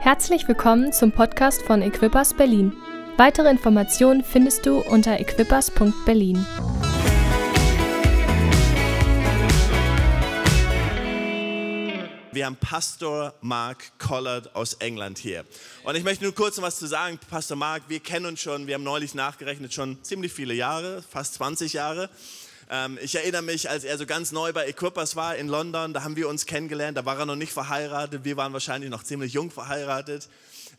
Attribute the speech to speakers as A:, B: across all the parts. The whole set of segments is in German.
A: Herzlich willkommen zum Podcast von Equippers Berlin. Weitere Informationen findest du unter equippers.berlin.
B: Wir haben Pastor Mark Collard aus England hier. Und ich möchte nur kurz noch was zu sagen. Pastor Mark, wir kennen uns schon, wir haben neulich nachgerechnet, schon ziemlich viele Jahre, fast 20 Jahre. Ähm, ich erinnere mich, als er so ganz neu bei Equippers war in London, da haben wir uns kennengelernt, da war er noch nicht verheiratet, wir waren wahrscheinlich noch ziemlich jung verheiratet.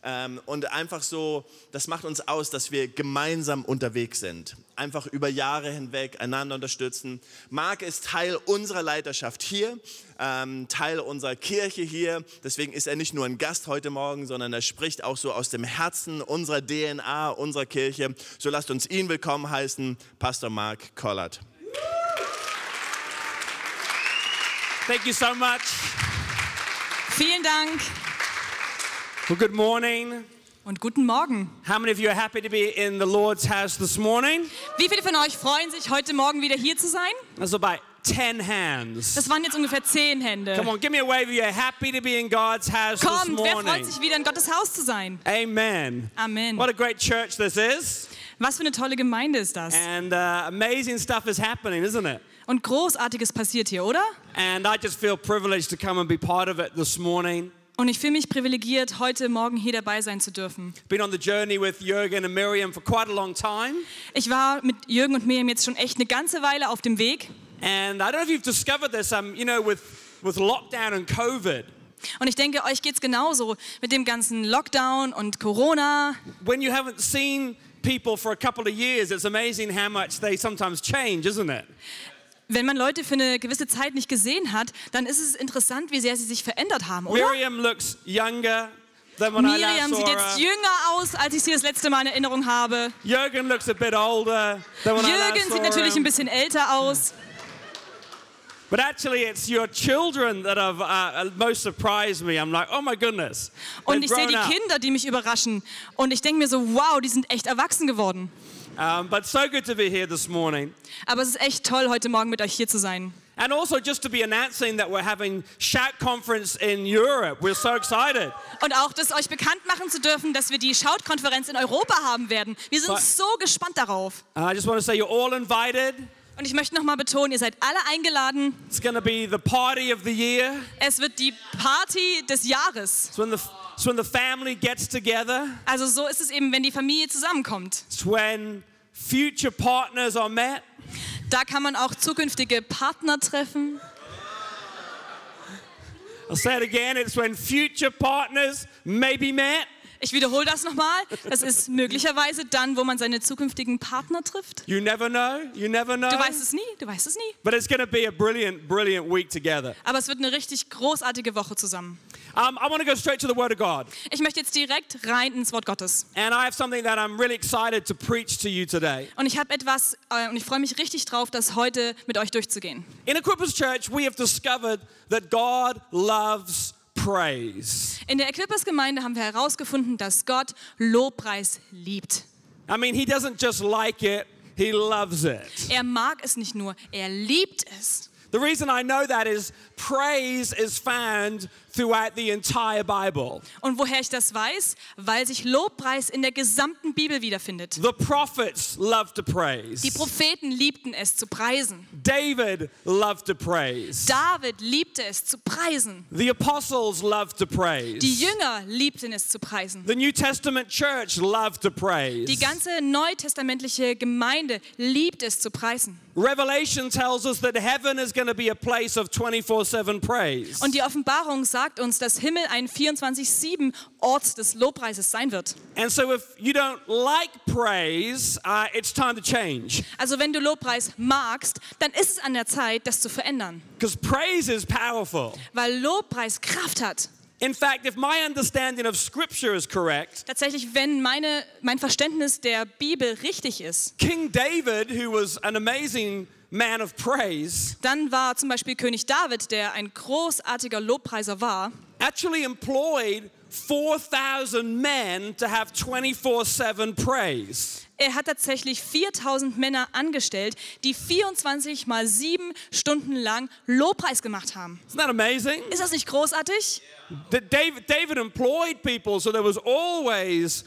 B: Ähm, und einfach so, das macht uns aus, dass wir gemeinsam unterwegs sind. Einfach über Jahre hinweg einander unterstützen. Marc ist Teil unserer Leiterschaft hier, ähm, Teil unserer Kirche hier. Deswegen ist er nicht nur ein Gast heute Morgen, sondern er spricht auch so aus dem Herzen unserer DNA, unserer Kirche. So lasst uns ihn willkommen heißen, Pastor Marc Collard.
C: Thank you so much.
D: Vielen Dank
C: Well, good morning.
D: und guten Morgen.
C: How many of you are happy to be in the Lord's house this morning?
D: Wie viele von euch freuen sich, heute Morgen wieder hier zu sein?
C: That's about 10 hands.
D: Das waren jetzt ungefähr zehn
C: Come
D: Hände.
C: on, give me a wave if you're happy to be in God's house this
D: Kommt, wer freut
C: morning.
D: sich wieder in Gottes Haus zu sein?
C: Amen.
D: Amen.
C: What a great church this is.
D: Was für eine tolle Gemeinde ist das?
C: And uh, amazing stuff is happening, isn't it?
D: Und großartiges passiert hier, oder?
C: And I just feel privileged to come and be part of it this morning.
D: Und ich fühle mich privilegiert, heute Morgen hier dabei sein zu dürfen.
C: Been on the journey with Jürgen and Miriam for quite a long time.
D: Ich war mit Jürgen und Miriam jetzt schon echt eine ganze Weile auf dem Weg.
C: And I don't know if you've discovered this, um, you know, with, with lockdown and COVID.
D: Und ich denke, euch geht's genauso mit dem ganzen Lockdown und Corona.
C: when you haven't seen people for a couple of years, it's amazing how much they sometimes change, isn't it?
D: Wenn man Leute für eine gewisse Zeit nicht gesehen hat, dann ist es interessant, wie sehr sie sich verändert haben, oder?
C: Miriam looks younger than when I
D: Miriam
C: last
D: sieht
C: saw
D: jetzt
C: her.
D: jünger aus, als ich sie das letzte Mal in Erinnerung habe.
C: Jürgen looks a bit older than when I last
D: Jürgen
C: saw
D: sieht natürlich ein
C: him.
D: bisschen älter aus.
C: But actually, it's your children that have uh, most surprised me. I'm like, oh my goodness.
D: Und
C: they've
D: ich sehe
C: grown
D: die
C: up.
D: Kinder, die mich überraschen. Und ich denke mir so, wow, die sind echt erwachsen geworden.
C: Um, but so good to be here this morning.
D: Aber es ist echt toll, heute Morgen mit euch hier zu sein.
C: And also just to be announcing that we're having Shout Conference in Europe. We're so excited.
D: Und auch, das euch bekannt machen zu dürfen, dass wir die Shout-Konferenz in Europa haben werden. Wir sind
C: Was?
D: so gespannt darauf.
C: Uh, I just want to say you're all invited.
D: Und ich möchte nochmal betonen, ihr seid alle eingeladen.
C: It's going to be the party of the year.
D: Es wird die Party des Jahres.
C: It's when the it's when the family gets together.
D: Also so ist es eben, wenn die Familie zusammenkommt.
C: It's when future partners are met.
D: Da kann man auch zukünftige Partner treffen.
C: I'll say it again. It's when future partners may be met.
D: Ich wiederhole das nochmal. Das ist möglicherweise dann, wo man seine zukünftigen Partner trifft.
C: You never know. You never know.
D: Du weißt es nie, du weißt es nie.
C: But it's going to be a brilliant, brilliant week together.
D: Aber es wird eine richtig großartige Woche zusammen.
C: Um, I want to go straight to the Word of God,
D: Ich möchte jetzt direkt rein ins Wort Gottes.
C: and I have something that I'm really excited to preach to you today.
D: Und ich habe etwas, äh, und ich freue mich richtig drauf, das heute mit euch durchzugehen.
C: In Equippers Church, we have discovered that God loves praise.
D: In der Equippers Gemeinde haben wir herausgefunden, dass Gott Lobpreis liebt.
C: I mean, He doesn't just like it; He loves it.
D: Er mag es nicht nur, er liebt es.
C: The reason I know that is praise is found throughout the entire Bible.
D: Und woher ich das weiß? Weil sich Lobpreis in der gesamten Bibel wiederfindet.
C: The prophets love to
D: Die
C: praise.
D: Propheten liebten es zu preisen.
C: David loved to praise.
D: David liebte es zu preisen.
C: The apostles loved to
D: Die
C: praise.
D: Jünger liebten es zu preisen.
C: The New Testament church loved to
D: Die
C: praise.
D: ganze neutestamentliche Gemeinde liebt es zu preisen.
C: Revelation tells us that heaven is going to be a place of 24/7 praise.
D: Und die Offenbarung sagt uns, dass Himmel ein 24-7 Ort des Lobpreises sein wird.
C: And so if you don't like praise, uh, it's time to change
D: Also wenn du Lobpreis magst, dann ist es an der Zeit, das zu verändern.
C: because praise is powerful.
D: Weil Lobpreis Kraft hat.
C: In fact, if my understanding of scripture is correct,
D: Tatsächlich, wenn meine, mein Verständnis der Bibel richtig ist,
C: King David, who was an amazing man of praise,
D: dann war zum Beispiel König David, der ein großartiger Lobpreiser war,
C: actually employed 4,000 men to have 24 7 praise.
D: Er hat tatsächlich 4000 Männer angestellt, die 24 mal 7 Stunden lang Lobpreis gemacht haben.
C: Isn't that amazing?
D: Ist das nicht großartig?
C: That David, David employed people, so there was always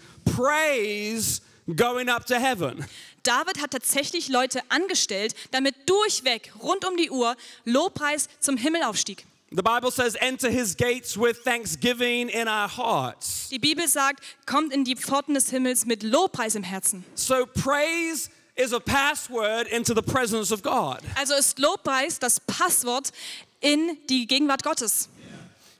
C: praise going up to heaven.
D: David hat tatsächlich Leute angestellt, damit durchweg rund um die Uhr Lobpreis zum Himmel aufstieg.
C: The Bible says, enter his gates with thanksgiving in our hearts.
D: Die Bibel sagt, kommt in die Pforten des Himmels mit Lobpreis im Herzen.
C: So praise is a password into the presence of God.
D: Also ist Lobpreis das Passwort in die Gegenwart Gottes.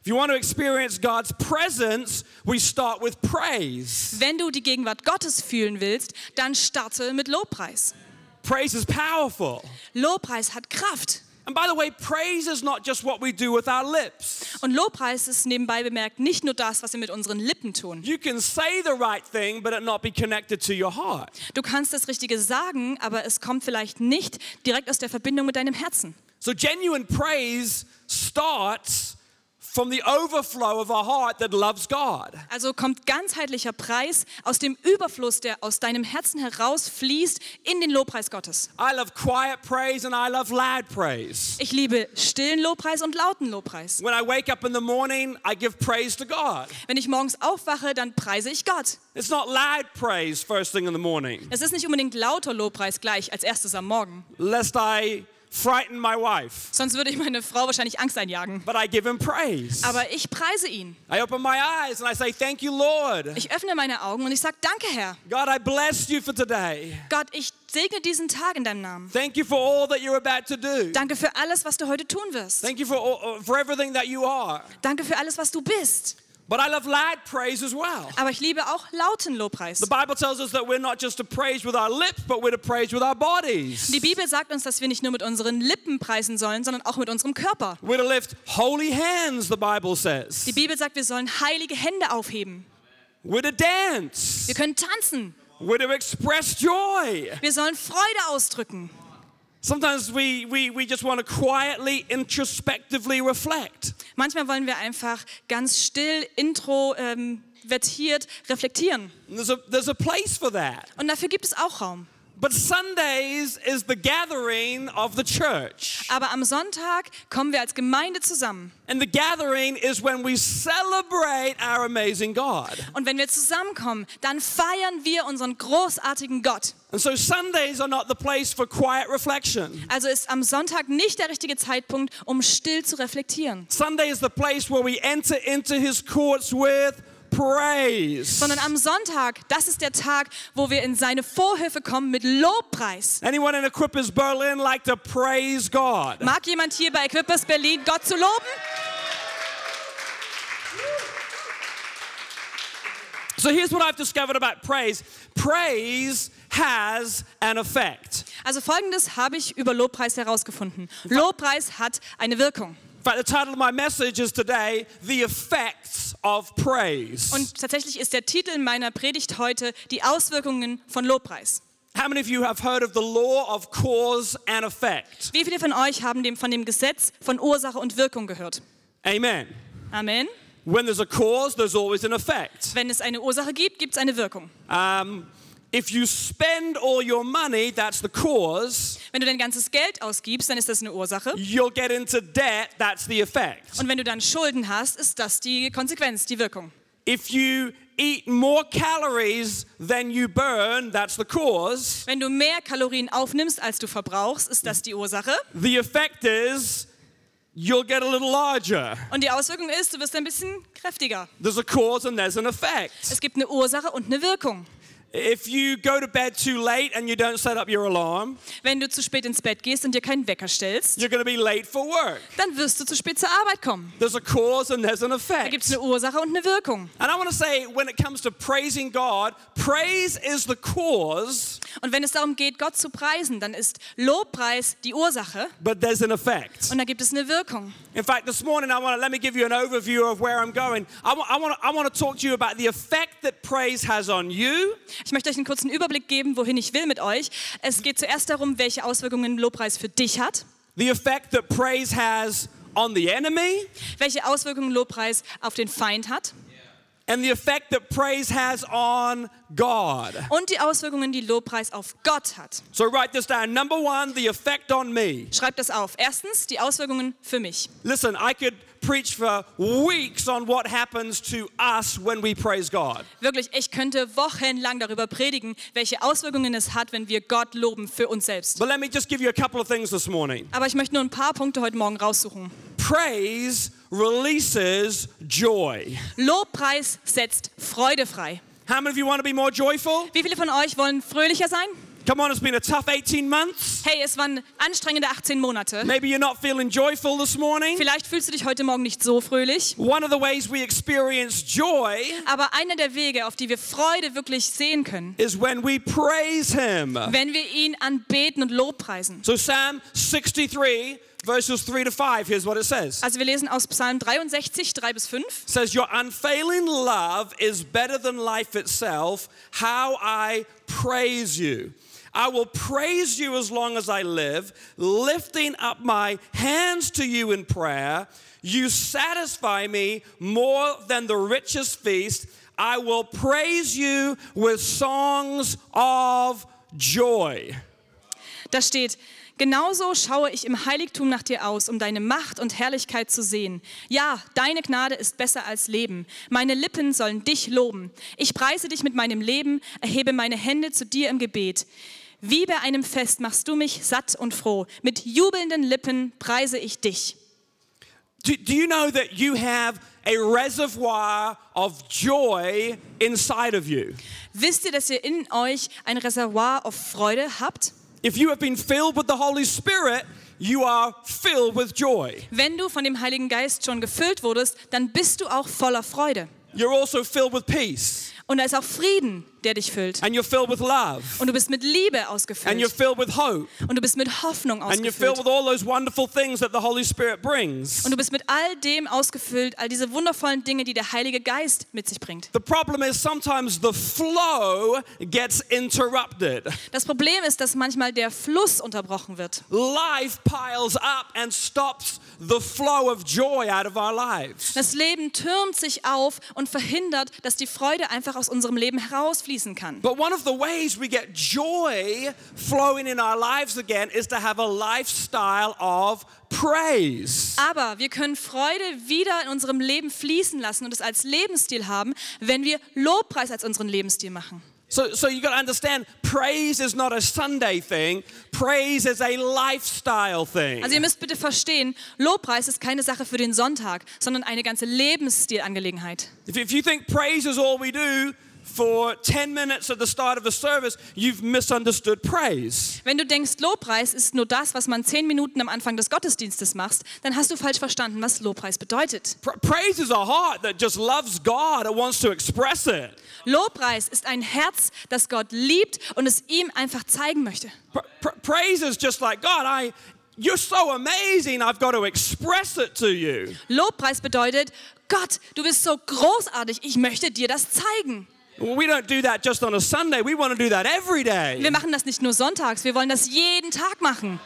C: If you want to experience God's presence, we start with praise.
D: Wenn du die Gegenwart Gottes fühlen willst, dann starte mit Lobpreis.
C: Praise is powerful.
D: Lobpreis hat Kraft.
C: And by the way, praise is not just what we do with our lips.
D: Und Lobpreis ist nebenbei bemerkt nicht nur das, was wir mit unseren Lippen tun.
C: You can say the right thing, but it not be connected to your heart.
D: Du kannst das Richtige sagen, aber es kommt vielleicht nicht direkt aus der Verbindung mit deinem Herzen.
C: So genuine praise starts from the overflow of a heart that loves God.
D: Also kommt ganzheitlicher Preis aus dem Überfluss, der aus deinem Herzen heraus fließt, in den Lobpreis Gottes.
C: I love quiet praise and I love loud praise.
D: Ich liebe stillen Lobpreis und lauten Lobpreis.
C: When I wake up in the morning, I give praise to God.
D: Wenn ich morgens aufwache, dann preise ich Gott.
C: It's not loud praise first thing in the morning,
D: Es ist nicht unbedingt lauter Lobpreis gleich als erstes am Morgen.
C: lest I frighten my wife,
D: Sonst würde ich meine Frau wahrscheinlich Angst einjagen.
C: but I give him praise.
D: Aber ich preise ihn.
C: I open my eyes and I say, Thank you, Lord.
D: Ich öffne meine Augen und ich sage, danke Herr.
C: God, I bless you for today.
D: Gott, ich segne diesen Tag in deinem Namen.
C: Thank you for all that you're about to do.
D: Danke für alles, was du heute tun wirst.
C: Thank you for, all, uh, for everything that you are.
D: Danke für alles, was du bist.
C: But I love loud praise as well.
D: Aber ich liebe auch lauten Lobpreis.
C: The Bible tells us that we're not just to praise with our lips, but we're to praise with our bodies.
D: Die Bibel sagt uns, dass wir nicht nur mit unseren Lippen preisen sollen, sondern auch mit unserem Körper.
C: We're to lift holy hands, the Bible
D: Die
C: says.
D: Bibel sagt, wir sollen heilige Hände aufheben.
C: We're to dance.
D: Wir können tanzen.
C: We're to express joy.
D: Wir sollen Freude ausdrücken.
C: Sometimes we, we, we just want to quietly, introspectively reflect.
D: Manchmal wollen wir einfach ganz still, introvertiert reflektieren.
C: And there's, a, there's a place for that.
D: Und dafür gibt es auch Raum.
C: But Sundays is the gathering of the church.
D: Aber am Sonntag kommen wir als Gemeinde zusammen.
C: And the gathering is when we celebrate our amazing God.
D: Und wenn wir zusammenkommen, dann feiern wir unseren großartigen Gott.
C: And so Sundays are not the place for quiet reflection.
D: Also ist am Sonntag nicht der richtige Zeitpunkt, um still zu reflektieren.
C: Sunday is the place where we enter into his courts with praise.
D: Sondern am Sonntag, das ist der Tag, wo wir in seine Vorhöfe kommen mit Lobpreis.
C: Anyone in Equippers Berlin like to praise God?
D: Mag jemand hier bei Equippers Berlin Gott zu loben?
C: So here's what I've discovered about praise. Praise has an effect.
D: Also folgendes habe ich über Lobpreis herausgefunden. Lobpreis hat eine Wirkung.
C: In fact, the title of my message is today, The Effects of Praise.
D: Und tatsächlich ist der Titel meiner Predigt heute die Auswirkungen von Lobpreis.
C: How many of you have heard of the law of cause and effect?
D: Wie viele von euch haben dem, von dem Gesetz von Ursache und Wirkung gehört?
C: Amen.
D: Amen.
C: When there's a cause, there's always an effect.
D: Wenn es eine Ursache gibt, gibt es eine Wirkung.
C: Um, if you spend all your money, that's the cause.
D: Wenn du dein ganzes Geld ausgibst, dann ist das eine Ursache.
C: You'll get into debt, that's the effect.
D: Und wenn du dann Schulden hast, ist das die Konsequenz, die Wirkung.
C: If you eat more calories than you burn, that's the cause.
D: Wenn du mehr Kalorien aufnimmst, als du verbrauchst, ist das die Ursache.
C: The effect is you'll get a little larger.
D: Und die Auswirkung ist, du wirst ein bisschen kräftiger.
C: There's a cause and there's an effect.
D: Es gibt eine Ursache und eine Wirkung.
C: If you go to bed too late and you don't set up your alarm,
D: Wenn du zu spät ins Bett gehst und dir keinen Wecker stellst,
C: you're going to be late for work.
D: dann wirst du zu spät zur Arbeit kommen.
C: There's a cause and there's an
D: Da gibt
C: effect.
D: es eine Ursache und eine Wirkung.
C: And I want to say, when it comes to praising God, praise is the cause,
D: Und wenn es darum geht, Gott zu preisen, dann ist Lobpreis die Ursache
C: but there's an effect.
D: und da gibt es eine Wirkung.
C: In fact, this morning, I want to let me give you an overview of where I'm going. I want, I, want to, I want to talk to you about the effect that praise has on you,
D: Ich möchte euch einen kurzen Überblick geben, wohin ich will mit euch. Es geht zuerst darum, welche Auswirkungen Lobpreis für dich hat.
C: the effect that praise has on the enemy
D: welche Auswirkungen Lobpreis auf den Feind hat
C: and the effect that praise has on God.
D: und die Auswirkungen, die Lobpreis auf Gott hat.
C: So write this down. Number one, the effect on me.
D: Schreib das auf. Erstens die Auswirkungen für mich.
C: Listen, I could preach for weeks on what happens to us when we praise God.
D: Wirklich, ich könnte wochenlang darüber predigen, welche Auswirkungen es hat, wenn wir Gott loben für uns selbst.
C: But let me just give you a couple of things this morning.
D: Aber ich möchte nur ein paar Punkte heute Morgen raussuchen.
C: Praise releases joy.
D: Lobpreis setzt Freude frei.
C: How many of you want to be more joyful?
D: Wie viele von euch wollen fröhlicher sein?
C: Come on, it's been a tough 18 months.
D: Hey, es waren anstrengende 18 Monate.
C: Maybe you're not feeling joyful this morning.
D: Vielleicht fühlst du dich heute Morgen nicht so fröhlich,
C: One of the ways we experience joy
D: aber einer der Wege, auf die wir Freude wirklich sehen können,
C: is when we praise Him.
D: wenn wir ihn anbeten und lobpreisen.
C: So, Psalm 63, verses 3 to 5, here's what it says. It
D: Also wir lesen aus Psalm 63, 3 bis 5.
C: says, Your unfailing love is better than life itself. How I praise you. I will praise you as long as I live, lifting up my hands to you in prayer. You satisfy me more than the richest feast. I will praise you with songs of joy.
D: Da steht, genauso schaue ich im Heiligtum nach dir aus, um deine Macht und Herrlichkeit zu sehen. Ja, deine Gnade ist besser als Leben. Meine Lippen sollen dich loben. Ich preise dich mit meinem Leben, erhebe meine Hände zu dir im Gebet. Wie bei einem Fest machst du mich satt und froh. Mit jubelnden Lippen preise ich dich.
C: Do, do you know that you have a reservoir of joy inside of you?
D: Wisst ihr, dass ihr in euch ein Reservoir auf Freude habt?
C: If you have been filled with the Holy Spirit, you are filled with joy.
D: Wenn du von dem Heiligen Geist schon gefüllt wurdest, dann bist du auch voller Freude.
C: You're also filled with peace,
D: Und da ist auch Frieden, der dich füllt.
C: and you're filled with love,
D: Und du bist mit Liebe
C: and you're
D: ausgefüllt.
C: filled with hope,
D: Und du bist mit Hoffnung
C: and you're filled
D: ausgefüllt.
C: with all those wonderful things that the Holy Spirit brings.
D: Und du bist mit all dem ausgefüllt, all diese wundervollen Dinge, die der Heilige Geist mit sich bringt.
C: The problem is sometimes the flow gets interrupted.
D: Das Problem ist, dass manchmal der Fluss unterbrochen wird.
C: Life piles up and stops the flow of joy out of our lives.
D: Das Leben türmt sich auf und verhindert, dass die Freude einfach aus unserem Leben herausfließen kann.
C: But one of the ways we get joy flowing in our lives again is to have a lifestyle of praise.
D: Aber wir können Freude wieder in unserem Leben fließen lassen und es als Lebensstil haben, wenn wir Lobpreis als unseren Lebensstil machen.
C: So, so you got to understand, praise is not a Sunday thing. Praise is a lifestyle thing.
D: Also ihr müsst bitte verstehen, Lobpreis ist keine Sache für den Sonntag, sondern eine ganze Lebensstilangelegenheit.
C: If, if you think praise is all we do for 10 minutes at the start of a service, you've misunderstood praise.
D: Wenn du denkst, Lobpreis ist nur das, was man zehn Minuten am Anfang des Gottesdienstes machst, dann hast du falsch verstanden, was Lobpreis bedeutet.
C: Pra- praise is a heart that just loves God and wants to express it.
D: Lobpreis ist ein Herz, das Gott liebt und es ihm einfach zeigen möchte.
C: Pra- pra- praise is just like God. I, you're so amazing. I've got to express it to you.
D: Lobpreis bedeutet, Gott, du bist so großartig, ich möchte dir das zeigen.
C: Well, we don't do that just on a Sunday. We want to do that every day.
D: Wir machen das nicht nur sonntags, wir wollen das jeden Tag machen.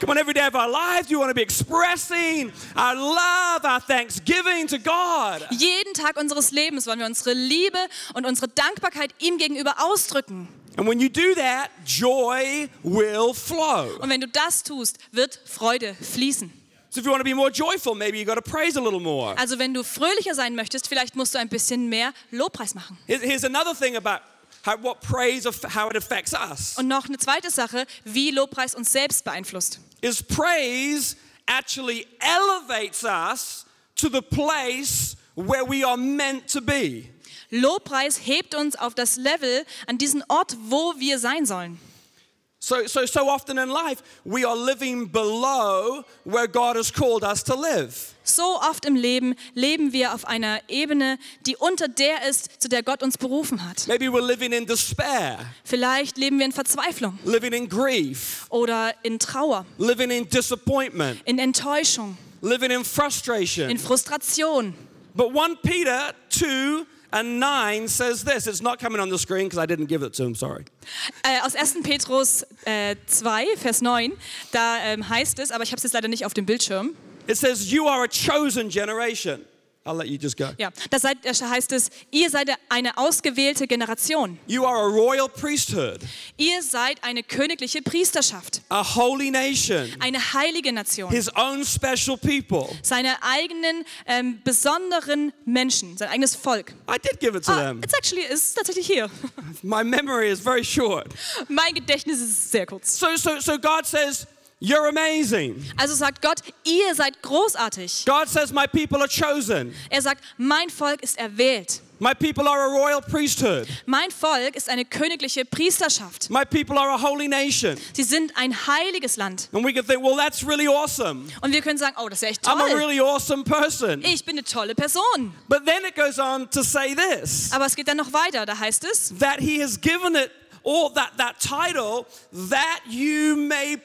C: Come on, every day of our lives, we want to be expressing our love, our thanksgiving to God.
D: Jeden Tag unseres Lebens wollen wir unsere Liebe und unsere Dankbarkeit ihm gegenüber ausdrücken.
C: And when you do that, joy will flow.
D: Und wenn du das tust, wird Freude fließen.
C: So if you want to be more joyful, maybe you got to praise a little more.
D: Also wenn du fröhlicher sein möchtest, vielleicht musst du ein bisschen mehr Lobpreis machen.
C: Here- Here's another thing about how, what praise, aff- how it affects us.
D: Und noch eine zweite Sache, wie Lobpreis uns selbst beeinflusst.
C: is praise actually elevates us to the place where we are meant to be.
D: Lobpreis hebt uns auf das Level, an diesen Ort, wo wir sein sollen.
C: So, so, so often in life, we are living below where God has called us to live.
D: So oft im Leben leben wir auf einer Ebene, die unter der ist, zu der Gott uns berufen hat.
C: Maybe we're living in despair,
D: Vielleicht leben wir in Verzweiflung
C: living in grief,
D: oder in Trauer,
C: living in disappointment,
D: in Enttäuschung,
C: living in
D: in
C: frustration.
D: Frustration.
C: But 1 Peter 2 and 9 says this. It's not coming on the screen because I didn't give it to him, sorry.
D: Äh, aus 1. Petrus äh, 2, Vers 9, da ähm, heißt es, aber ich habe es jetzt leider nicht auf dem Bildschirm.
C: It says, You are a chosen generation. I'll let you just go.
D: Ja, da seid, da heißt es, ihr seid eine ausgewählte Generation.
C: You are a royal priesthood,
D: Ihr seid eine königliche Priesterschaft,
C: a holy nation,
D: eine heilige Nation,
C: his own special people.
D: seine eigenen ähm, besonderen Menschen, sein eigenes Volk.
C: I did give it to
D: Ah,
C: them.
D: it's actually es ist tatsächlich hier.
C: My memory is very short.
D: mein Gedächtnis ist sehr kurz.
C: So, so, so God says, You're amazing.
D: Also sagt Gott, ihr seid großartig.
C: God says, My people are chosen.
D: Er sagt, mein Volk ist erwählt.
C: My people are a royal priesthood.
D: Mein Volk ist eine königliche Priesterschaft.
C: My people are a holy nation.
D: Sie sind ein heiliges Land.
C: And we can think, Well, that's really awesome.
D: Und wir können sagen, oh, das ist ja echt
C: I'm a
D: toll.
C: really awesome person.
D: Ich bin eine tolle Person.
C: But then it goes on to say this
D: Aber es geht dann noch weiter. Da heißt es,
C: that he has given it all that that title that you may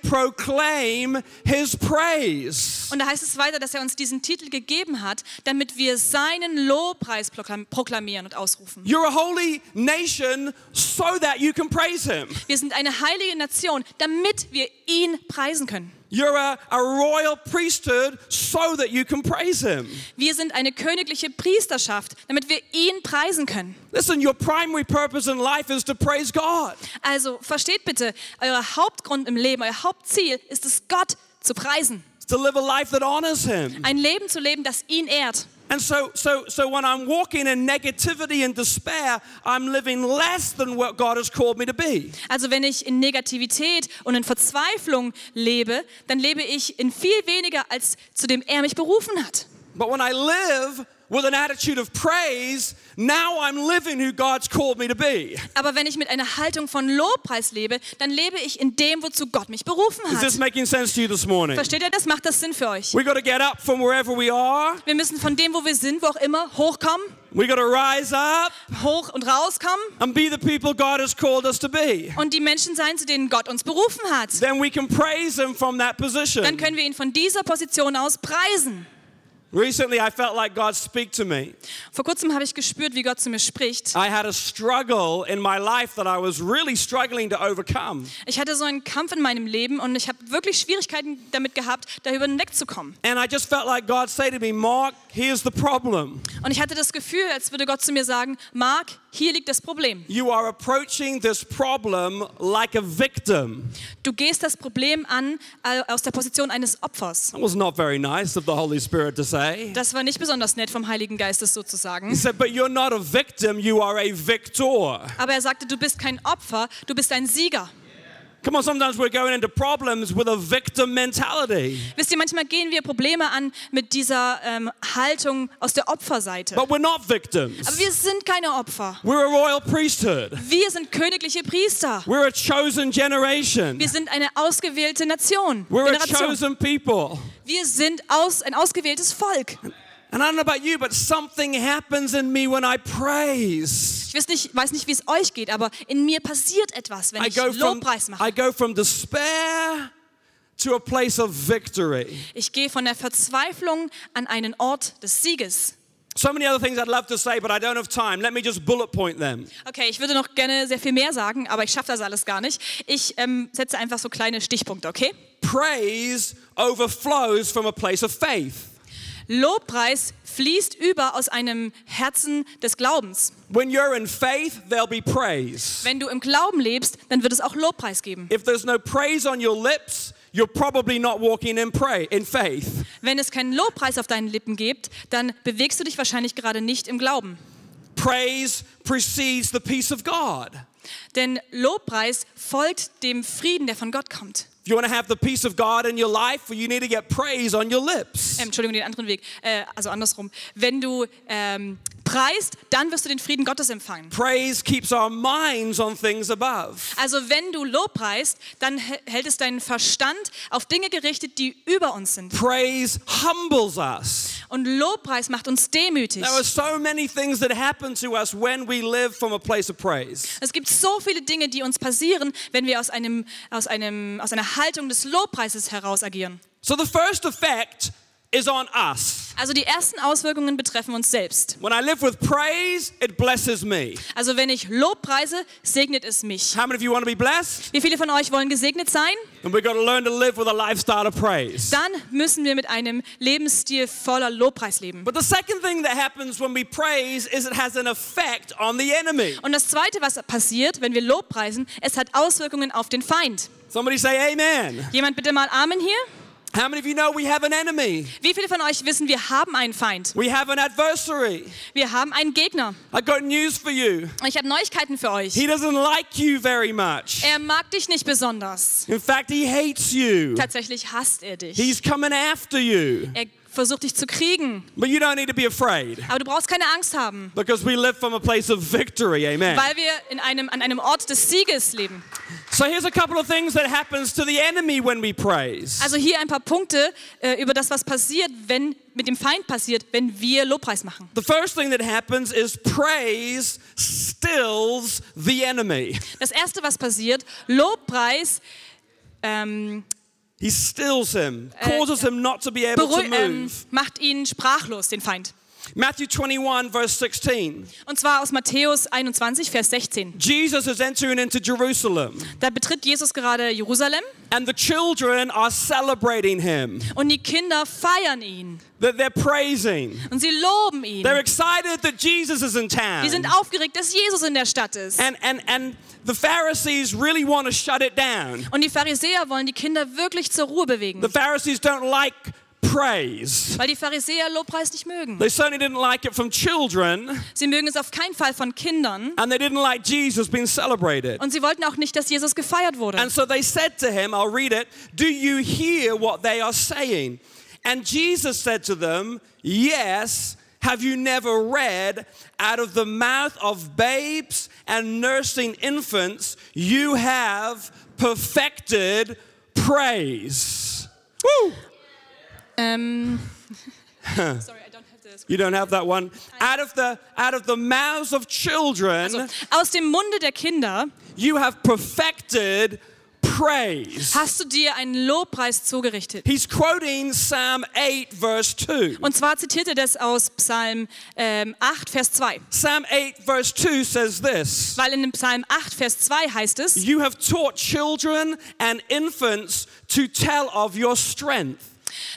C: proclaim his praise.
D: und da heißt es weiter, dass er uns diesen Titel gegeben hat, damit wir seinen Lobpreis proklam proklamieren und ausrufen.
C: You're a holy nation so that you can praise him.
D: Wir sind eine heilige Nation, damit wir ihn preisen können.
C: You're a, a royal priesthood so that you can praise him.
D: Wir sind eine königliche Priesterschaft, damit wir ihn preisen können.
C: Listen, your primary purpose in life is to praise God.
D: Also versteht bitte, euer Hauptgrund im Leben, euer Hauptziel ist es, Gott zu preisen.
C: It's to live a life that honors him.
D: Ein Leben zu leben, das ihn ehrt.
C: And so, so, so when I'm walking in negativity and despair, I'm living less than what God has called me to be.
D: Also wenn ich in Negativität und in Verzweiflung lebe, dann lebe ich in viel weniger, als zu dem er mich berufen hat.
C: But when I live with an attitude of praise, now I'm living who God's called me to be.
D: Aber wenn ich mit einer Haltung von Lobpreis lebe, dann lebe ich in dem, wozu Gott mich berufen
C: Is this
D: hat.
C: making sense to you this morning?
D: Versteht ihr das? Macht das Sinn für euch?
C: We got to get up from wherever we are.
D: Wir müssen von dem, wo wir sind, wo auch immer, hochkommen,
C: We got to rise up
D: hoch und rauskommen
C: and be the people God has called us to be.
D: und die Menschen sein, zu denen Gott uns berufen hat.
C: Then we can praise Him from that
D: Dann
C: position.
D: können wir ihn von dieser Position aus preisen.
C: Recently, I felt like God speak to me.
D: Vor kurzem habe ich gespürt, wie Gott zu mir spricht.
C: I had a struggle in my life that I was really struggling to overcome.
D: Ich hatte so einen Kampf in meinem Leben und ich habe wirklich Schwierigkeiten damit gehabt, darüber hinwegzukommen.
C: And I just felt like God say to me, Mark, here's the problem.
D: Und ich hatte das Gefühl, als würde Gott zu mir sagen, Mark, hier liegt das Problem.
C: You are approaching this problem like a victim.
D: Du gehst das Problem an äh, aus der Position eines Opfers.
C: That was not very nice of the Holy Spirit to say.
D: Das war nicht besonders nett vom Heiligen Geistes
C: He
D: sozusagen.
C: said, But you're not a victim, you are a victor.
D: Aber er sagte, du bist kein Opfer, du bist ein Sieger.
C: Come on, sometimes we're going into problems with a victim mentality,
D: Wisst ihr, manchmal gehen wir Probleme an mit dieser ähm, Haltung aus der Opferseite.
C: but we're not
D: Aber
C: victims.
D: wir sind keine Opfer.
C: We're a royal priesthood,
D: Wir sind königliche Priester.
C: we're a chosen generation,
D: Wir sind eine ausgewählte Nation.
C: we're a
D: Generation.
C: chosen people.
D: Wir sind aus, ein ausgewähltes Volk.
C: And I don't know about you, but something happens in me when I praise.
D: Ich weiß nicht, weiß nicht wie es euch geht, aber in mir passiert etwas, wenn
C: I
D: ich
C: go from,
D: Lobpreis mache.
C: I go from despair to a place of victory.
D: Ich gehe von der Verzweiflung an einen Ort des Sieges.
C: So many other things I'd love to say, but I don't have time. Let me just bullet point them.
D: Okay, ich würde noch gerne sehr viel mehr sagen, aber ich schaffe das alles gar nicht. Ich ähm, setze einfach so kleine Stichpunkte, okay?
C: Praise overflows from a place of faith.
D: Lobpreis fließt über aus einem Herzen des Glaubens.
C: When you're in faith, there'll be praise.
D: Wenn du im Glauben lebst, dann wird es auch Lobpreis geben.
C: If there's no praise on your lips, you're probably not walking in pray in faith.
D: Wenn es keinen Lobpreis auf deinen Lippen gibt, dann bewegst du dich wahrscheinlich gerade nicht im Glauben.
C: Praise precedes the peace of God.
D: Denn Lobpreis folgt dem Frieden, der von Gott kommt.
C: If you want to have the peace of God in your life, well, you need to get praise on your lips.
D: Ähm, Entschuldigung, den anderen Weg. Äh, also andersrum. Wenn du ähm, preist, dann wirst du den Frieden Gottes empfangen.
C: Praise keeps our minds on things above.
D: Also wenn du Lobpreist, dann hä- hält es deinen Verstand auf Dinge gerichtet, die über uns sind.
C: Praise humbles us.
D: Und Lobpreis macht uns demütig.
C: There are so many things that happen to us when we live from a place of praise.
D: Es gibt so viele Dinge, die uns passieren, wenn wir aus, einem, aus, einem, aus einer Haltung des Lobpreises heraus agieren.
C: So the first effect is on us.
D: Also die ersten Auswirkungen betreffen uns selbst.
C: When I live with praise, it blesses me.
D: Also wenn ich Lob preise, segnet es mich.
C: How many of you want to be blessed?
D: Wie viele von euch wollen gesegnet sein?
C: Then we've got to learn to live with a lifestyle of praise.
D: Dann müssen wir mit einem Lebensstil voller Lobpreis leben.
C: But the second thing that happens when we praise is it has an effect on the enemy.
D: Und das Zweite, was passiert, wenn wir Lob preisen, es hat Auswirkungen auf den Feind.
C: Somebody say amen.
D: Jemand bitte mal Amen hier.
C: How many of you know we have an enemy?
D: Wie viele von euch wissen, wir haben einen Feind?
C: We have an adversary.
D: Wir haben einen Gegner.
C: I got news for you.
D: Und Ich habe Neuigkeiten für euch.
C: He doesn't like you very much.
D: Er mag dich nicht besonders.
C: In fact, he hates you.
D: Tatsächlich hasst er dich.
C: He's coming after you.
D: Er versucht dich zu kriegen.
C: But you don't need to be afraid
D: Aber du brauchst keine Angst haben,
C: because we live from a place of victory. Amen.
D: weil wir in einem, an einem Ort des Sieges leben.
C: So here's a couple of things that happens to the enemy when we praise.
D: Also hier ein paar Punkte äh, über das, was passiert, wenn mit dem Feind passiert, wenn wir Lobpreis machen.
C: The first thing that happens is praise stills the enemy.
D: Das Erste, was passiert, Lobpreis ähm,
C: He stills him, causes him not to be able
D: berüh-
C: to
D: ähm,
C: move.
D: macht ihn sprachlos, den Feind.
C: Matthew 21, verse 16.
D: Und zwar aus Matthäus 21, Vers 16.
C: Jesus is entering into Jerusalem,
D: Da betritt Jesus gerade Jerusalem
C: and the children are celebrating him.
D: und die Kinder feiern ihn
C: That they're praising.
D: und sie loben ihn.
C: They're excited that Jesus is in town.
D: Die sind aufgeregt, dass Jesus in der Stadt ist.
C: And and and the Pharisees really want to shut it down.
D: Und die Pharisäer wollen die Kinder wirklich zur Ruhe bewegen,
C: The Pharisees don't like praise.
D: weil die Pharisäer Lobpreis nicht mögen.
C: They certainly didn't like it from children,
D: Sie mögen es auf keinen Fall von Kindern
C: and they didn't like Jesus being celebrated.
D: und sie wollten auch nicht, dass Jesus gefeiert wurde.
C: And so they said to him, I'll read it, Do you hear what they are saying? And Jesus said to them, Yes. Have you never read, out of the mouth of babes and nursing infants, you have perfected praise? Woo!
D: Ähm. Sorry, I don't have the script.
C: You don't have that one. Out of the out of the mouths of children,
D: Aus dem Munde der Kinder
C: you have perfected praise.
D: hast du dir einen Lobpreis zugerichtet.
C: He's quoting Psalm 8, verse 2.
D: Und zwar zitiert er das aus Psalm ähm, 8, Vers 2.
C: Psalm 8, verse 2 says this
D: Weil in dem Psalm 8, Vers 2 heißt es,
C: You have taught children and infants to tell of your strength.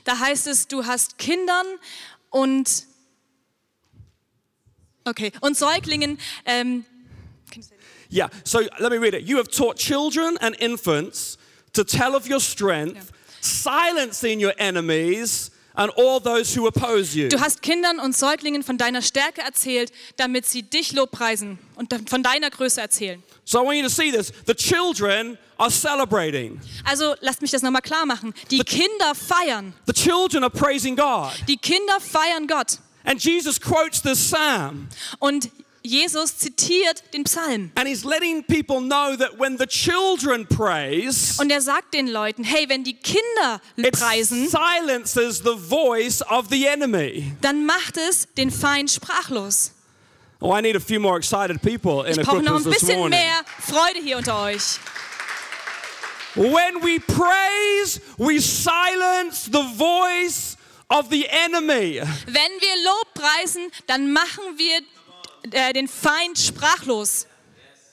D: Da heißt es, du hast Kindern und okay und Säuglingen. Ähm,
C: Yeah, so let me read it. You have taught children and infants to tell of your strength, silencing your enemies and all those who oppose you.
D: du hast Kindern und Säuglingen von deiner Stärke erzählt, damit sie dich lobpreisen und von deiner Größe erzählen.
C: So I want you to see this. The children are celebrating.
D: Also lasst mich das nochmal klar machen. Die Kinder feiern.
C: The children are praising God.
D: Die Kinder feiern Gott.
C: And Jesus quotes this psalm
D: Und Jesus zitiert den Psalm.
C: and he's letting people know that when the children praise,
D: Und er sagt den Leuten, hey, wenn die Kinder
C: it
D: preisen,
C: silences the voice of the enemy.
D: dann macht es den Feind sprachlos.
C: Oh, I need a few more excited people in
D: Ich brauche noch
C: Equippers
D: ein
C: this
D: bisschen
C: morning.
D: mehr Freude hier unter euch.
C: When we praise, we silence the voice of the enemy.
D: Wenn wir Lob preisen, dann machen wir äh, den Feind sprachlos.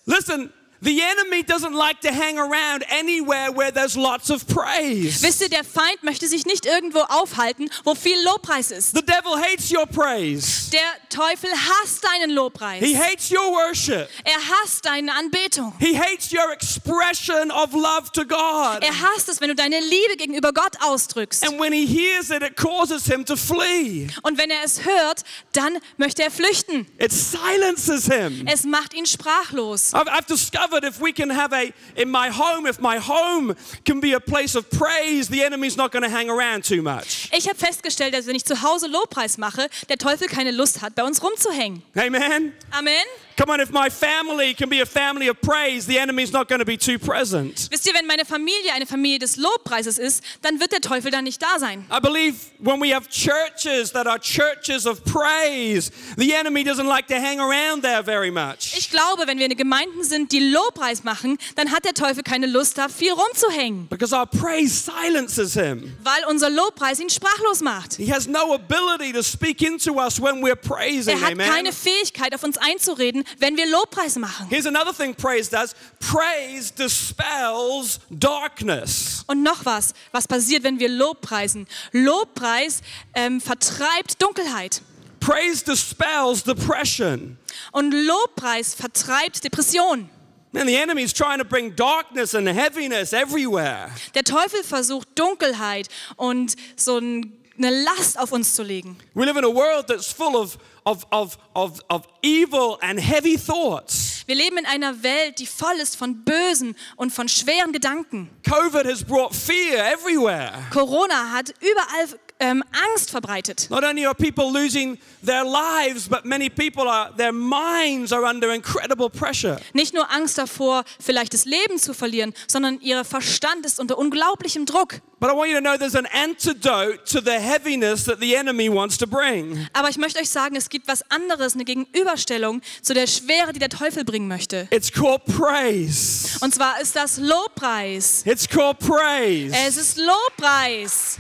C: Listen, the enemy doesn't like to hang around anywhere where there's lots of praise.
D: Wisst ihr, der Feind möchte sich nicht irgendwo aufhalten, wo viel Lobpreis ist.
C: The devil hates your praise.
D: Der Teufel hasst deinen Lobpreis.
C: He hates your worship.
D: Er hasst deine Anbetung.
C: He hates your expression of love to God.
D: Er hasst es, wenn du deine Liebe gegenüber Gott ausdrückst.
C: And when he hears it, it causes him to flee.
D: Und wenn er es hört, dann möchte er flüchten.
C: It silences him.
D: Es macht ihn sprachlos.
C: I've, I've discovered if we can have a, in my home, if my home can be a place of praise, the enemy's not going to hang around too much.
D: Ich habe festgestellt, dass wenn ich zu Hause Lobpreis mache, der Teufel keine Lust hat, bei uns rumzuhängen.
C: Amen?
D: Amen.
C: Come on, if my family can be a family of praise, the enemy's not going to be too present.
D: Wisst ihr, wenn meine Familie eine Familie des Lobpreises ist, dann wird der Teufel da nicht da sein.
C: I believe when we have churches that are churches of praise, the enemy doesn't like to hang around there very much.
D: Ich glaube, wenn wir eine Gemeinden sind, die Lobpreis machen, dann hat der Teufel keine Lust, da viel rumzuhängen,
C: Because our praise silences him.
D: weil unser Lobpreis ihn sprachlos macht.
C: He has no ability to speak into us when we're praising.
D: Er hat
C: Amen.
D: keine Fähigkeit, auf uns einzureden, wenn wir Lobpreis machen.
C: Here's another thing praise does praise dispels darkness.
D: Und noch was, was passiert, wenn wir Lobpreisen? Lobpreis ähm, vertreibt Dunkelheit.
C: Praise dispels depression.
D: Und Lobpreis vertreibt Depression.
C: And the enemy's trying to bring darkness and heaviness everywhere.
D: Der Teufel versucht Dunkelheit und so ein, eine Last auf uns zu legen.
C: We live in a world that's full of, of, of, of, of evil and heavy thoughts.
D: Wir leben in einer Welt, die voll ist von bösen und von schweren Gedanken.
C: COVID has brought fear everywhere.
D: Corona hat überall ähm, Angst verbreitet.
C: Not only are people losing their lives, but many people are, their minds are under incredible pressure.
D: Nicht nur Angst davor, vielleicht das Leben zu verlieren, sondern ihr Verstand ist unter unglaublichem Druck.
C: But I want you to know there's an antidote to the heaviness that the enemy wants to bring.
D: Aber ich möchte euch sagen, es gibt was anderes, eine Gegenüberstellung zu der Schwere, die der Teufel bringen möchte.
C: It's called praise.
D: Und zwar ist das Lobpreis.
C: It's called praise.
D: Es ist Lobpreis.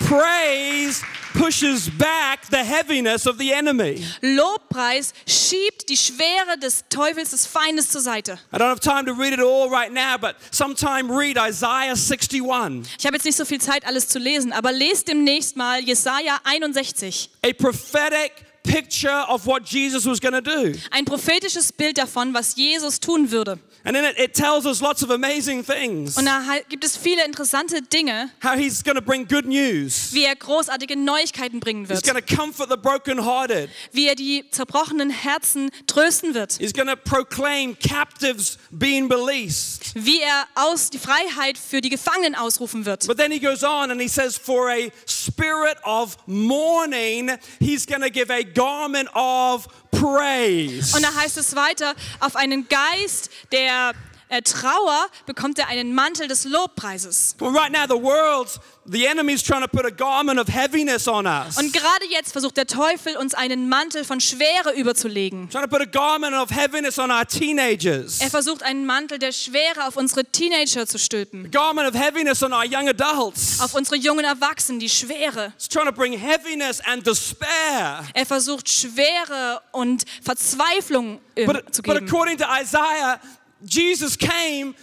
C: praise pushes back the heaviness of the enemy.
D: Lobpreis schiebt die Schwere des Teufels, des Feindes zur Seite.
C: I don't have time to read it all right now, but sometime read Isaiah 61.
D: Ich habe jetzt nicht so viel Zeit, alles zu lesen, aber lest demnächst mal Jesaja 61.
C: A prophetic picture of what Jesus was going to do.
D: Ein prophetisches Bild davon, was Jesus tun würde.
C: And then it, it tells us lots of amazing things.
D: Und da halt- gibt es viele interessante Dinge,
C: How he's going to bring good news.
D: wie er großartige Neuigkeiten bringen
C: He's
D: wird,
C: going to comfort the brokenhearted.
D: wie er die zerbrochenen Herzen trösten wird,
C: He's going to proclaim captives being released.
D: wie er aus die Freiheit für die Gefangenen ausrufen wird.
C: But then he goes on and he says, For a spirit of mourning, he's going to give a garment of praise.
D: Und da heißt es weiter, auf einen Geist der äh, Trauer bekommt er einen Mantel des Lobpreises.
C: Well, right now, the world's, the enemy's trying to put a garment of heaviness on us.
D: Und gerade jetzt versucht der Teufel, uns einen Mantel von Schwere überzulegen.
C: trying to put a garment of heaviness on our teenagers.
D: Er versucht, einen Mantel der Schwere auf unsere Teenager zu stülpen.
C: garment of heaviness on our young adults.
D: Auf unsere jungen Erwachsenen, die Schwere.
C: It's trying to bring heaviness and despair.
D: Er versucht, Schwere und Verzweiflung ähm,
C: But,
D: zu
C: but
D: geben.
C: according to Isaiah, Jesus came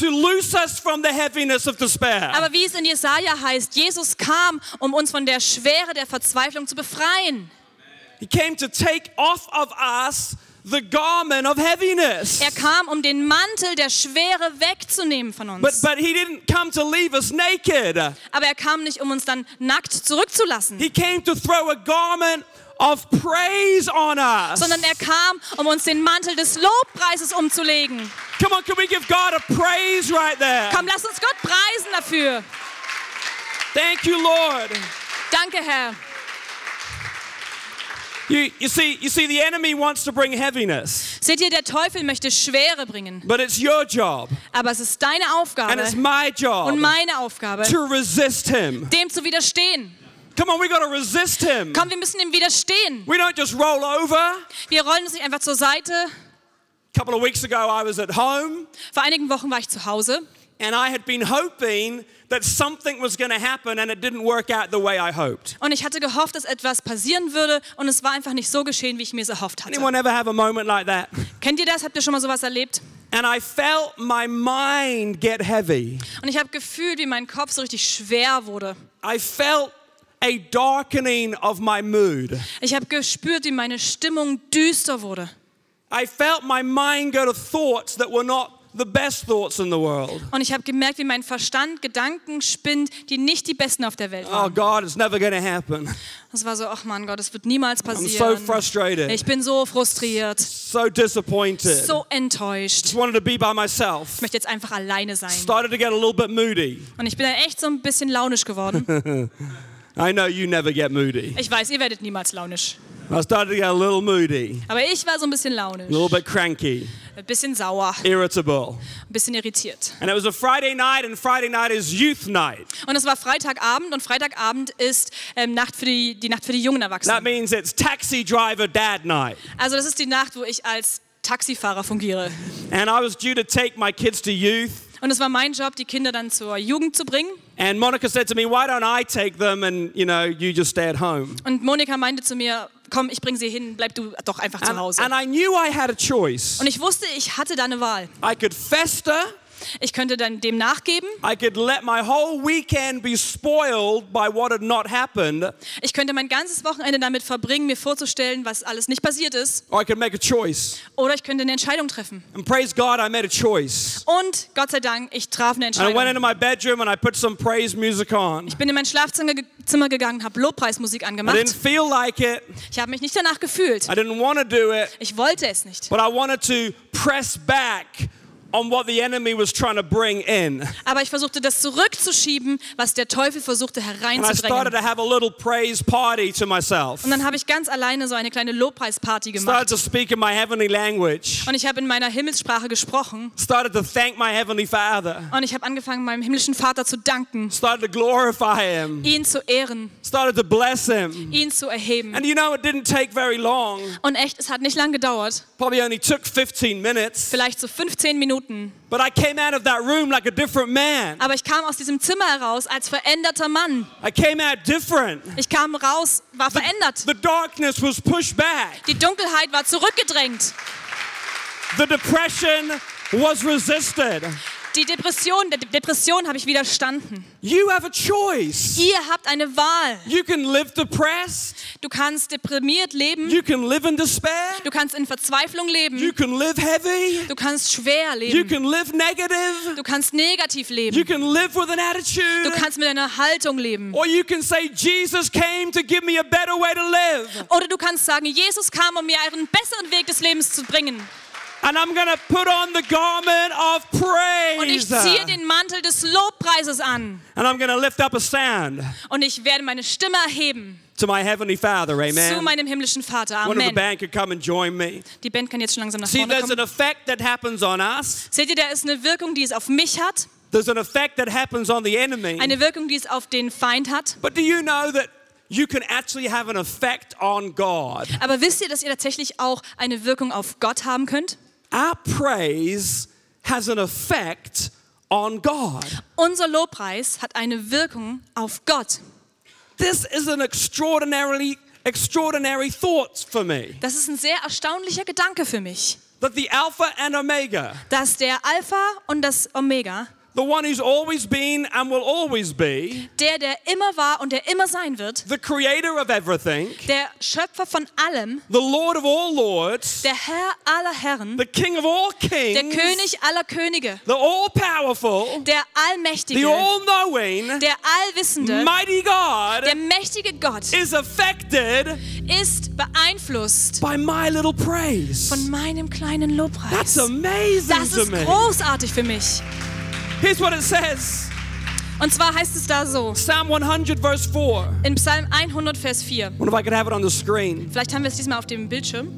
C: to loose us from the heaviness of despair.
D: Aber wie es in Jesaja heißt, Jesus kam, um uns von der Schwere der Verzweiflung zu befreien.
C: he came to take off of us the garment of heaviness.
D: Er kam, um den Mantel der Schwere wegzunehmen von uns.
C: But, but he didn't come to leave us naked.
D: Aber er kam nicht, um uns dann nackt zurückzulassen,
C: He came to throw a garment of praise on us.
D: sondern er kam, um uns den Mantel des Lobpreises umzulegen.
C: Come on, can we give God a praise right there?
D: Komm, lass uns Gott preisen dafür.
C: Thank you, Lord.
D: Danke, Herr.
C: You, you see, you see, the enemy wants to bring heaviness,
D: Seht ihr, der Teufel möchte Schwere bringen,
C: but it's your job
D: aber es ist deine
C: and it's
D: Aufgabe
C: my job
D: und meine Aufgabe,
C: to resist him.
D: dem zu widerstehen.
C: Come on, we got to resist him.
D: Komm, wir müssen ihm widerstehen.
C: We don't just roll over. A
D: Wir rollen uns nicht einfach zur Seite.
C: couple of weeks ago, I was at home
D: Vor einigen Wochen war ich zu Hause
C: and I had been hoping that something was going to happen and it didn't work out the way I hoped.
D: und ich hatte gehofft, dass etwas passieren würde und es war einfach nicht so geschehen, wie ich mir es erhofft hatte.
C: Anyone ever have a moment like that?
D: Kennt ihr das? Habt ihr schon mal sowas erlebt?
C: And I felt my mind get heavy.
D: Und ich habe gefühlt, wie mein Kopf so richtig schwer wurde.
C: I felt a darkening of my mood.
D: Ich habe gespürt, wie meine Stimmung düster wurde.
C: I felt my mind go to thoughts that were not the best thoughts in the world.
D: Und ich habe gemerkt, wie mein Verstand Gedanken spinnt, die nicht die besten auf der Welt
C: Oh
D: waren.
C: God, it's never going to happen.
D: Das war so, ach Mann Gott, es wird niemals
C: Oh. I'm so
D: passieren.
C: frustrated,
D: Ich bin so frustriert,
C: so disappointed.
D: so enttäuscht.
C: Just wanted to be by myself.
D: Ich möchte jetzt einfach alleine sein.
C: Started to get a little bit moody.
D: Und ich bin dann echt so ein bisschen launisch geworden.
C: I know you never get moody.
D: Ich weiß, ihr werdet niemals launisch.
C: I started to get a little moody,
D: Aber ich war so ein bisschen launisch,
C: a little bit cranky,
D: ein bisschen sauer,
C: irritable.
D: ein bisschen irritiert.
C: And it was a Friday night, and Friday night is youth night.
D: Und es war Freitagabend und Freitagabend ist ähm, Nacht für die, die Nacht für die jungen
C: That
D: Erwachsenen.
C: means it's taxi driver dad night.
D: Also das ist die Nacht, wo ich als Taxifahrer fungiere.
C: And I was due to take my kids to youth.
D: Und es war mein Job, die Kinder dann zur Jugend zu bringen.
C: And Monica said to me, Why don't I take them and, you know, you just stay at home?
D: Und Monika meinte zu mir, komm, ich bringe sie hin, bleib du doch einfach zu
C: And,
D: Hause.
C: and I knew I had a choice.
D: Und ich wusste, ich hatte da eine Wahl.
C: I could fester,
D: Ich könnte dann dem nachgeben,
C: I could let my whole weekend be spoiled by what had not happened,
D: ich könnte mein ganzes Wochenende damit verbringen, mir vorzustellen, was alles nicht passiert ist,
C: or I could make a choice.
D: oder ich könnte eine Entscheidung treffen.
C: And praise God, I made a choice.
D: Und Gott sei Dank, ich traf eine
C: And I went
D: Entscheidung.
C: into my bedroom and I put some praise music on.
D: Ich bin in mein Schlafzimmer ge Zimmer gegangen, habe Lobpreismusik
C: I didn't
D: angemacht.
C: feel like it.
D: Ich habe mich nicht danach gefühlt.
C: I didn't want to do it.
D: Ich wollte es nicht.
C: But I wanted to press back on what the enemy was trying to bring in.
D: Aber ich versuchte, das zurückzuschieben, was der Teufel versuchte
C: And I started
D: hereinzudrängen.
C: to have a little praise party to myself.
D: Und dann habe ich ganz alleine so eine kleine Lobpreisparty
C: Started
D: gemacht.
C: to speak in my heavenly language.
D: Und ich habe in meiner Himmelssprache gesprochen.
C: Started to thank my heavenly father.
D: Und ich habe angefangen, meinem himmlischen Vater zu danken,
C: Started to glorify him.
D: ihn zu ehren,
C: Started to bless him.
D: ihn zu erheben.
C: And you know, it didn't take very long.
D: Und echt, es hat nicht lang gedauert,
C: Probably only took 15 minutes.
D: vielleicht so 15 Minuten.
C: But I came out of that room like a different man.
D: Aber ich kam aus diesem Zimmer heraus als veränderter Mann.
C: I came out different.
D: Ich kam raus, war verändert.
C: The darkness was pushed back.
D: Die Dunkelheit war zurückgedrängt.
C: The depression was resisted.
D: Die Depression, der De- Depression habe ich widerstanden.
C: You have a choice.
D: Ihr habt eine Wahl.
C: You can live depressed.
D: Du kannst deprimiert leben.
C: You can live in despair.
D: Du kannst in Verzweiflung
C: You
D: leben.
C: can live heavy.
D: Du kannst schwer
C: You
D: leben.
C: can live negative.
D: Du kannst negativ
C: You
D: leben.
C: can live with an
D: Du
C: attitude.
D: kannst mit einer Haltung leben.
C: Or you can say, Jesus came to give me a better way to live.
D: Oder du kannst sagen, Jesus kam, um mir einen besseren Weg des Lebens zu bringen.
C: And I'm going to put on the garment of
D: Und ich
C: praise.
D: ziehe den Mantel des Lobpreises an.
C: And I'm going to lift up a sound
D: Und ich werde meine Stimme erheben
C: to my Heavenly Father.
D: zu
C: Amen.
D: meinem himmlischen Vater.
C: One of the
D: Amen.
C: band could come and join me.
D: Die Band kann jetzt schon langsam nach
C: See,
D: vorne
C: there's an
D: kommen.
C: effect that happens on us.
D: Seht ihr, da ist eine Wirkung, die es auf mich hat.
C: There's an effect that happens on the enemy.
D: Eine Wirkung, die es auf den Feind hat.
C: But do you know that you can actually have an effect on God?
D: Aber wisst ihr, dass ihr tatsächlich auch eine Wirkung auf Gott haben könnt?
C: Our praise has an effect on God.
D: Unser Lobpreis hat eine Wirkung auf Gott.
C: This is an extraordinarily extraordinary thought for me
D: Das ist ein sehr erstaunlicher Gedanke für mich,
C: that the alpha and omega
D: dass der Alpha und das Omega,
C: the one who's always been and will always be
D: der, der immer war und der immer sein wird,
C: the creator of everything
D: der Schöpfer von allem,
C: the lord of all lords
D: der Herr aller Herren,
C: the king of all
D: der
C: kings
D: König aller Könige,
C: the all-powerful
D: der
C: the
D: Allmächtige,
C: all-knowing
D: der Allwissende,
C: mighty god
D: der mächtige Gott
C: is affected
D: ist beeinflusst
C: by my little
D: von
C: praise.
D: meinem kleinen
C: That's
D: Lobpreis.
C: amazing
D: Das
C: to
D: ist
C: me.
D: großartig für mich.
C: Here's what it says
D: Und zwar heißt es da so,
C: Psalm 100, verse 4.
D: in Psalm 100, Vers 4.
C: Wonder if I could have it on the screen.
D: Vielleicht haben wir es diesmal auf dem Bildschirm.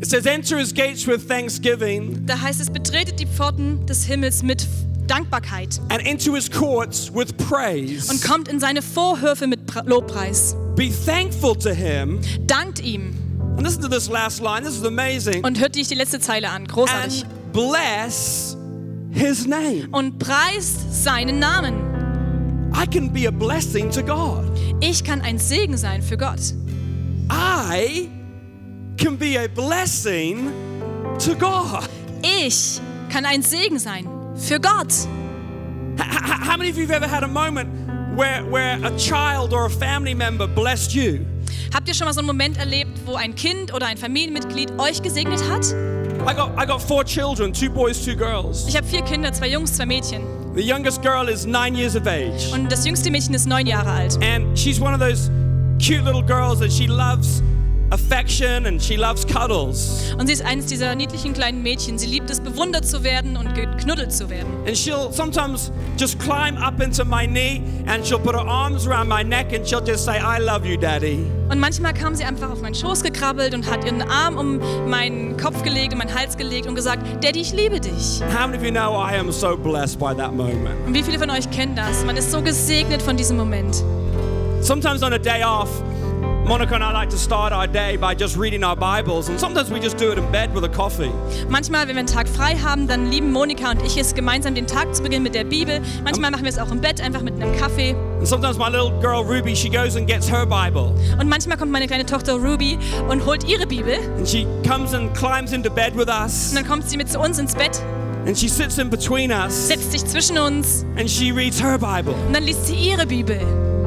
C: It says, Enter his gates with thanksgiving
D: Da heißt es, betretet die Pforten des Himmels mit Dankbarkeit
C: and into his courts with
D: und
C: praise.
D: kommt in seine Vorhöfe mit Pra- Lobpreis.
C: Be thankful to him.
D: Dankt ihm.
C: And listen to this last line. This is amazing.
D: Und hört dich die letzte Zeile an. Großartig.
C: And bless his name.
D: Und preist seinen Namen.
C: I can be a blessing to God.
D: Ich kann ein Segen sein für Gott.
C: I can be a blessing to God.
D: Ich kann ein Segen sein für Gott.
C: H- h- How many of you have ever had a moment where, where a child or a family member blessed you?
D: Habt ihr schon mal so einen Moment erlebt, wo ein Kind oder ein Familienmitglied euch gesegnet hat?
C: I got, I got four children, two boys, two girls.
D: Ich habe vier Kinder, zwei Jungs, zwei Mädchen.
C: The youngest girl is nine years of age.
D: Und das jüngste Mädchen ist neun Jahre alt.
C: And she's one of those cute little girls that she loves affection and she loves cuddles.
D: Und sie ist eines dieser niedlichen kleinen Mädchen. Sie liebt es, bewundert zu werden und geknuddelt zu werden.
C: And she'll sometimes just climb up into my knee and she'll put her arms around my neck and she'll just say, I love you, daddy.
D: Und manchmal kam sie einfach auf meinen Schoß gekrabbelt und hat ihren Arm um meinen Kopf gelegt, um meinen Hals gelegt und gesagt, Daddy, ich liebe dich.
C: How many of you know I am so blessed by that moment?
D: Und wie viele von euch kennen das? Man ist so gesegnet von diesem Moment.
C: Sometimes on a day off, Monica and I like to start our day by just reading our Bibles, and sometimes we just do it in bed with a coffee.
D: Manchmal, wenn wir einen Tag frei haben, dann lieben Monika und ich es, gemeinsam den Tag zu beginnen mit der Bibel. Manchmal machen wir es auch im Bett, einfach mit einem Kaffee.
C: And sometimes my little girl Ruby, she goes and gets her Bible,
D: Und manchmal kommt meine kleine Tochter Ruby und holt ihre Bibel. Und
C: and she comes and climbs into bed with us,
D: dann kommt sie mit zu uns ins Bett,
C: and she sits in between us,
D: setzt sich zwischen uns
C: and she reads her Bible.
D: und dann liest sie ihre Bibel.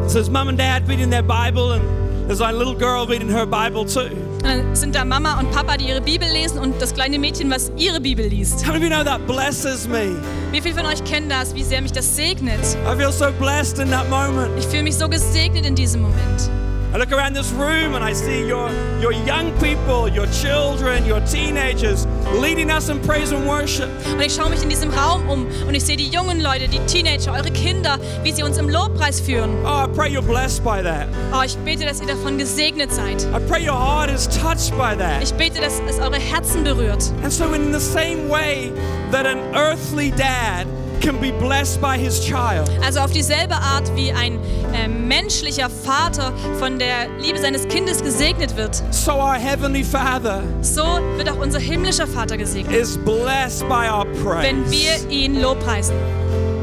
C: So there's mum and dad reading their Bible, and there's our little girl reading her Bible too.
D: Und dann sind da Mama und Papa, die ihre Bibel lesen und das kleine Mädchen, was ihre Bibel liest.
C: How many of you know that blesses me?
D: Wie viele von euch kennen das, wie sehr mich das segnet?
C: I feel so blessed in that moment.
D: Ich fühle mich so gesegnet in diesem Moment.
C: I look around this room and I see your, your young people, your children, your teenagers leading us in praise and worship.
D: Und ich schaue mich in diesem Raum um und ich sehe die jungen Leute, die Teenager, eure Kinder, wie sie uns im Lobpreis führen.
C: Oh, I pray you're blessed by that.
D: Oh, ich bete, dass ihr davon gesegnet seid.
C: I pray your heart is touched by that.
D: Ich bete, dass es eure Herzen berührt.
C: And so, in the same way that an earthly dad can be blessed by his child,
D: Also auf dieselbe Art, wie ein äh, menschlicher Vater von der Liebe seines Kindes gesegnet wird,
C: so our heavenly father
D: so wird auch unser himmlischer Vater gesegnet,
C: is blessed by our
D: wenn
C: praise.
D: wir ihn lobpreisen.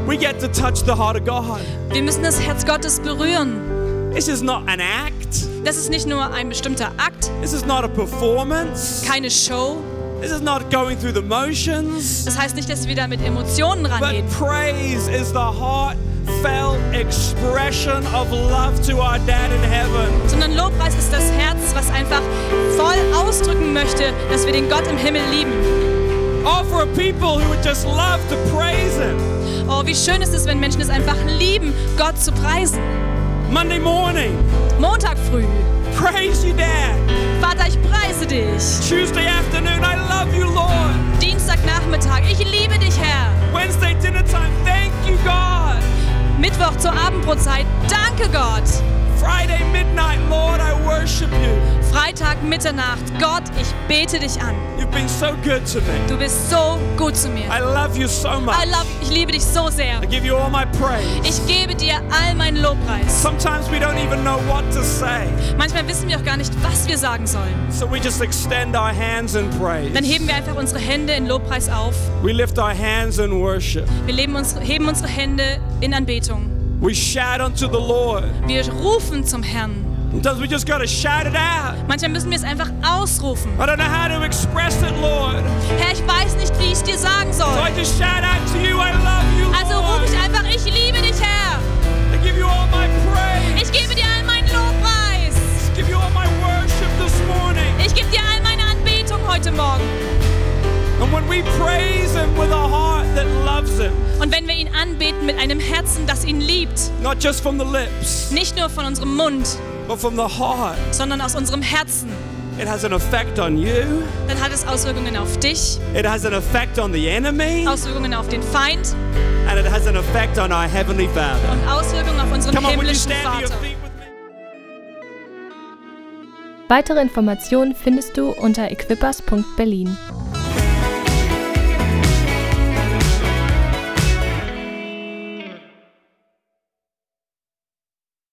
C: We get to touch the heart of God.
D: Wir müssen das Herz Gottes berühren.
C: This is not an act,
D: Das ist nicht nur ein bestimmter Akt,
C: this is not a performance,
D: keine Show.
C: this is not going through the motions.
D: Das heißt nicht, dass wir da mit Emotionen rangehen.
C: But praise is the heartfelt expression of love to our dad in heaven.
D: sondern Lobpreis ist das Herz, was einfach voll ausdrücken möchte, dass wir den Gott im Himmel lieben.
C: Oh, for a people who would just love to praise him.
D: Oh, wie schön ist es, wenn Menschen es einfach lieben, Gott zu preisen.
C: Monday morning,
D: Montag früh,
C: praise you, Dad.
D: Vater, ich preise dich.
C: Tuesday afternoon, I love you, Lord.
D: Dienstagnachmittag, ich liebe dich, Herr.
C: Wednesday dinner time, thank you, God.
D: Mittwoch zur Abendbrotzeit, danke Gott.
C: Friday midnight, Lord, I worship you.
D: Freitag Mitternacht, Gott, ich bete dich an.
C: You've been so good to me.
D: Du bist so gut zu mir.
C: I love you so
D: I
C: much.
D: love, ich liebe dich so sehr.
C: I give you all my praise.
D: Ich gebe dir all meinen Lobpreis.
C: Sometimes we don't even know what to say.
D: Manchmal wissen wir auch gar nicht, was wir sagen sollen.
C: So we just extend our hands in praise.
D: Dann heben wir einfach unsere Hände in Lobpreis auf.
C: We lift our hands in worship.
D: Wir leben unsere, heben unsere Hände in Anbetung.
C: We shout unto the Lord.
D: Wir rufen zum Herrn.
C: Sometimes we just got to shout it out.
D: Manchmal müssen wir es einfach ausrufen.
C: I don't know how to express it, Lord.
D: Herr, ich weiß nicht, wie ich es dir sagen
C: So
D: soll.
C: I just shout out to you. I love you,
D: Also rufe ich
C: Lord.
D: einfach, ich liebe dich, Herr.
C: I give you all my praise.
D: Ich gebe dir all meinen Lobpreis.
C: give you all my worship this morning.
D: Ich gebe dir all meine Anbetung heute Morgen.
C: And when we praise Him with a heart that loves Him,
D: Und wenn wir ihn anbeten mit einem Herzen, das ihn liebt,
C: not just from the lips,
D: nicht nur von unserem Mund,
C: but from the heart,
D: sondern aus unserem Herzen,
C: it has an effect on you.
D: dann hat es Auswirkungen auf dich,
C: It has an effect on the enemy,
D: Auswirkungen auf den Feind
C: and it has an effect on our heavenly Father.
D: und Auswirkungen auf unseren
C: Come on, would you
D: himmlischen
C: stand to your
D: Vater.
C: feet with me?
A: Weitere Informationen findest du unter equippers.berlin.